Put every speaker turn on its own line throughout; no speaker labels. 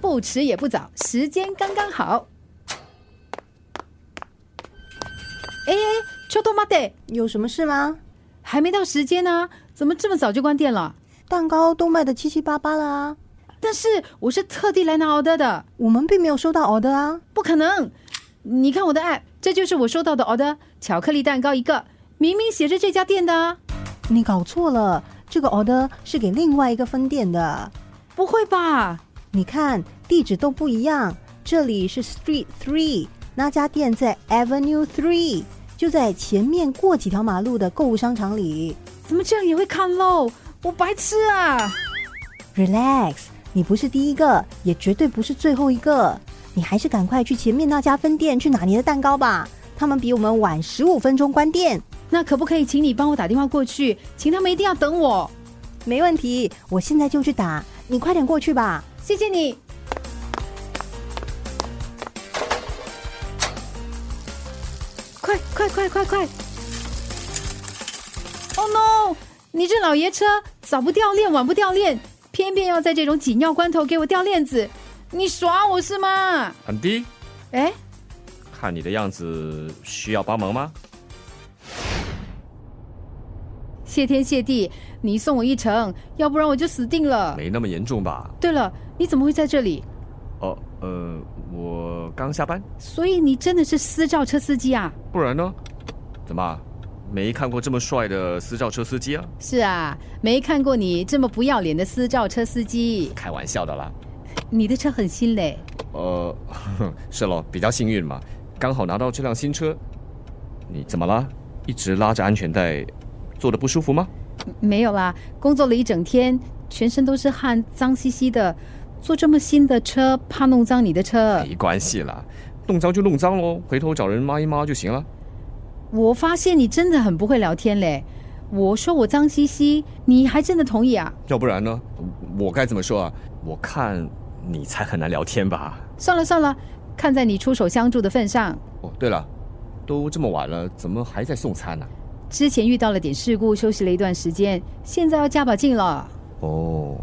不迟也不早，时间刚刚好。哎哎，秋冬马得，
有什么事吗？
还没到时间呢、怎么这么早就关店了？
蛋糕都卖的七七八八了啊，
但是我是特地来拿 order 的，
我们并没有收到 order 啊。
不可能！你看我的 app，这就是我收到的 order，巧克力蛋糕一个，明明写着这家店的啊。
你搞错了，这个 order 是给另外一个分店的。
不会吧？
你看地址都不一样，这里是 Street Three，那家店在 Avenue Three，就在前面过几条马路的购物商场里。
怎么这样也会看漏？我白痴啊！
Relax，你不是第一个，也绝对不是最后一个，你还是赶快去前面那家分店去拿你的蛋糕吧。他们比我们晚十五分钟关店，
那可不可以请你帮我打电话过去，请他们一定要等我？
没问题，我现在就去打，你快点过去吧。
谢谢你。快快快快快！Oh no！你这老爷车，早不掉链，晚不掉链，偏偏要在这种紧要关头给我掉链子，你耍我是吗？
安迪，
哎，
看你的样子，需要帮忙吗？
谢天谢地，你送我一程，要不然我就死定了。
没那么严重吧？
对了，你怎么会在这里？
哦，呃，我刚下班，
所以你真的是私照车司机啊？
不然呢？怎么，啊没看过这么帅的私照车司机啊？
是啊，没看过你这么不要脸的私照车司机。
开玩笑的啦。
你的车很新嘞，
呃， 是咯，比较幸运嘛，刚好拿到这辆新车。你怎么啦？一直拉着安全带，坐的不舒服吗？
没有啦，工作了一整天，全身都是汗，脏兮兮的。坐这么新的车，怕弄脏你的车。
没关系啦，弄脏就弄脏喽，回头找人抹一抹就行了。
我发现你真的很不会聊天嘞。我说我脏兮兮，你还真的同意啊？
要不然呢？我该怎么说啊？我看你才很难聊天吧。
算了算了，看在你出手相助的份上，
哦，对了，都这么晚了，怎么还在送餐呢、
之前遇到了点事故，休息了一段时间，现在要加把劲了。
哦，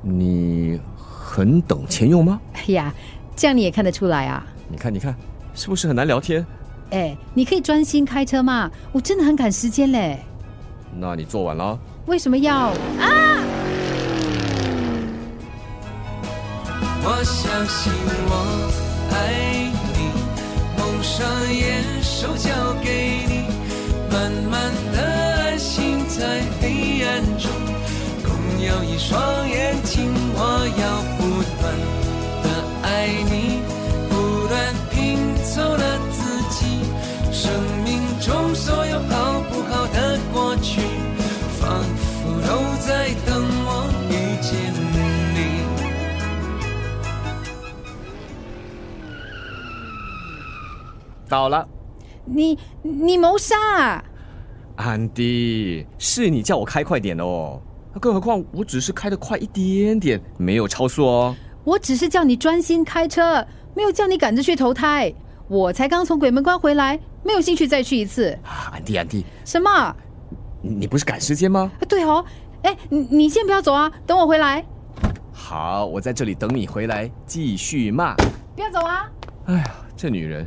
你很等钱用吗？
哎呀，这样你也看得出来啊？
你看，你看，是不是很难聊天？
哎，你可以专心开车嘛，我真的很赶时间嘞。
那你做完了？哦
为什么要？
我相信我爱你，蒙上眼，手交给你，慢慢的安心在黑暗中，共有一双眼睛，我要不断的爱你，不断拼凑了自己，生命中所有好不好的过去，仿佛都在等我遇见你。
到了，
你你谋杀、啊？
安迪，是你叫我开快点的哦。更何况我只是开的快一点点，没有超速哦。
我只是叫你专心开车，没有叫你赶着去投胎。我才刚从鬼门关回来，没有兴趣再去一次。
啊，安迪，安迪，
什么？啊
你不是赶时间吗？
对哦，哎，你你先不要走啊，等我回来。
好，我在这里等你回来，继续骂。
不要走啊！
哎呀，这女人，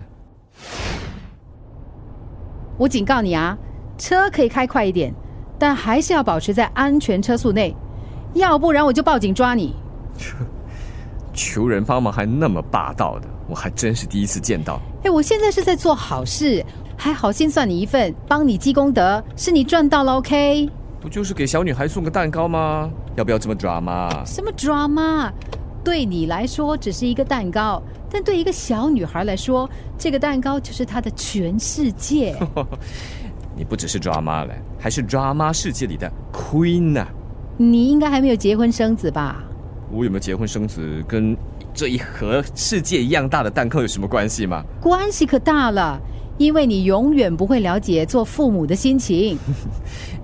我警告你啊，车可以开快一点，但还是要保持在安全车速内，要不然我就报警抓你。
求人帮忙还那么霸道的，我还真是第一次见到。
哎，我现在是在做好事，还好心算你一份，帮你积功德，是你赚到了 OK。
不就是给小女孩送个蛋糕吗？要不要这么抓嘛？
什么 drama？对你来说只是一个蛋糕，但对一个小女孩来说，这个蛋糕就是她的全世界。
你不只是抓妈嘞，还是抓妈世界里的 queen 啊呢、
你应该还没有结婚生子吧？
我有没有结婚生子，跟这一盒世界一样大的蛋糕有什么关系吗？
关系可大了，因为你永远不会了解做父母的心情，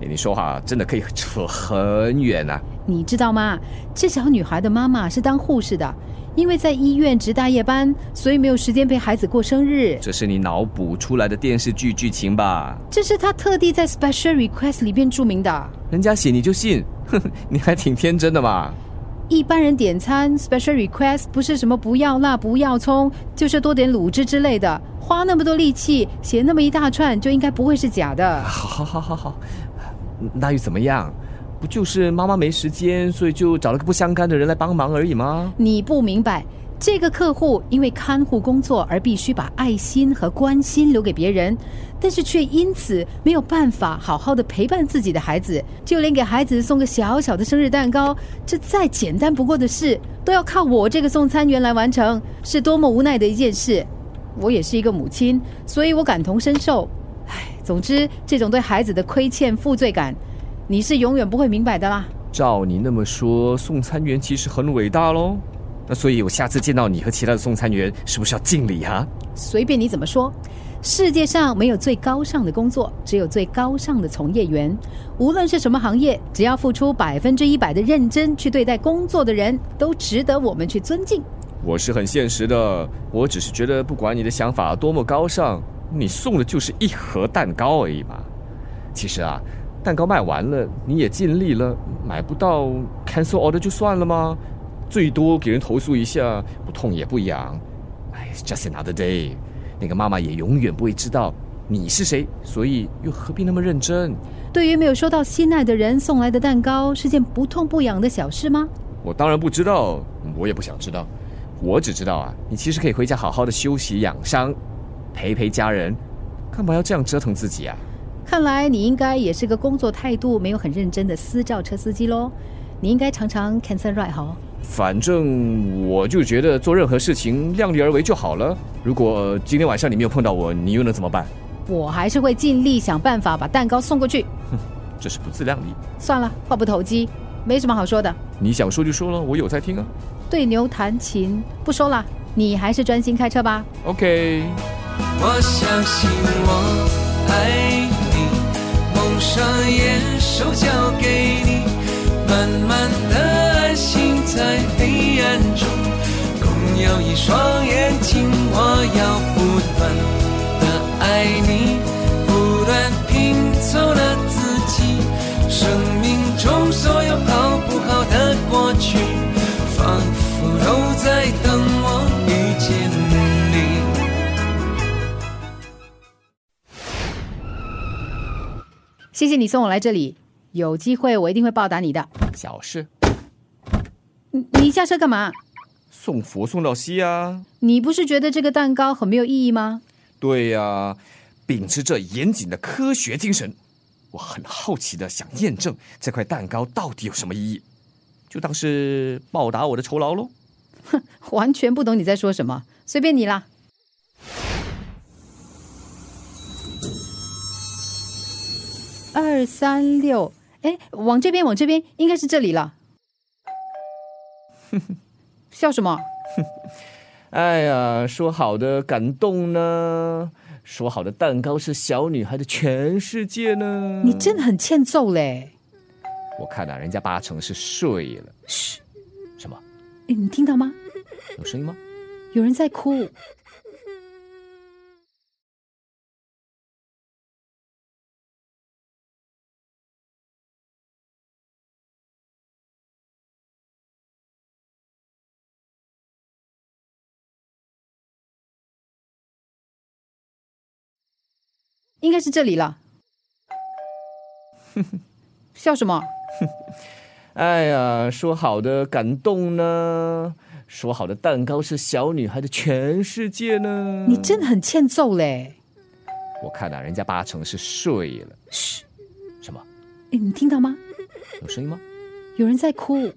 诶哎你说话真的可以扯很远啊！
你知道吗？这小女孩的妈妈是当护士的，因为在医院值大夜班，所以没有时间陪孩子过生日。
这是你脑补出来的电视剧剧情吧？
这是她特地在 special request 里边注明的。
人家写你就信，哼，你还挺天真的嘛。
一般人点餐 special request 不是什么不要辣、不要葱，就是多点卤汁之类的，花那么多力气写那么一大串，就应该不会是假的。
好好好好好，那又怎么样？不就是妈妈没时间，所以就找了个不相干的人来帮忙而已吗？
你不明白，这个客户因为看护工作而必须把爱心和关心留给别人，但是却因此没有办法好好的陪伴自己的孩子，就连给孩子送个小小的生日蛋糕，这再简单不过的事，都要靠我这个送餐员来完成，是多么无奈的一件事。我也是一个母亲，所以我感同身受。唉，总之，这种对孩子的亏欠负罪感，你是永远不会明白的啦。
照你那么说，送餐员其实很伟大喽。那所以，我下次见到你和其他的送餐员，是不是要敬礼啊？
随便你怎么说。世界上没有最高尚的工作，只有最高尚的从业员。无论是什么行业，只要付出百分之一百的认真去对待工作的人，都值得我们去尊敬。
我是很现实的，我只是觉得，不管你的想法多么高尚，你送的就是一盒蛋糕而已嘛。其实啊，蛋糕卖完了，你也尽力了，买不到 cancel order 就算了吗？最多给人投诉一下，不痛也不痒。哎，it's，just another day。那个妈妈也永远不会知道你是谁，所以又何必那么认真？
对于没有收到心爱的人送来的蛋糕，是件不痛不痒的小事吗？
我当然不知道，我也不想知道。我只知道啊，你其实可以回家好好的休息养伤，陪陪家人，干嘛要这样折腾自己啊？
看来你应该也是个工作态度没有很认真的私照车司机喽。你应该常常 cancel ride 哈、
反正我就觉得做任何事情量力而为就好了。如果今天晚上你没有碰到我，你又能怎么办？
我还是会尽力想办法把蛋糕送过去。
这是不自量力。
算了，话不投机，没什么好说的。
你想说就说了，我有在听啊。
对牛弹琴，不说了，你还是专心开车吧。
OK，
我相信我爱你，蒙上眼，手交给你，慢慢的爱情在黑暗中，共有一双眼睛，我要不断的爱你，不断拼凑了自己，生命中所有好不好的过去，仿佛都在等我遇见你。
谢谢你送我来这里，有机会我一定会报答你的。
小事，
你你下车干嘛？
送佛送到西啊。
你不是觉得这个蛋糕很没有意义吗？
对呀、秉持着严谨的科学精神，我很好奇的想验证这块蛋糕到底有什么意义，就当是报答我的酬劳喽。
完全不懂你在说什么，随便你啦。二三六，哎，往这边，往这边，应该是这里了。 笑什么？
哎呀，说好的感动呢？说好的蛋糕是小女孩的全世界呢？
你真的很欠揍嘞！
我看啊，人家八成是睡了。嘘，什么？
哎，你听到吗？
有声音吗？
有人在哭。应该是这里 了。笑什么？
哎呀，说好的感动呢？说好的蛋糕是小女孩的全世界呢？
你真的很欠揍嘞！
我看啊，人家八成是睡了。嘘，什么？
哎，你听到吗？
有声音吗？
有人在哭。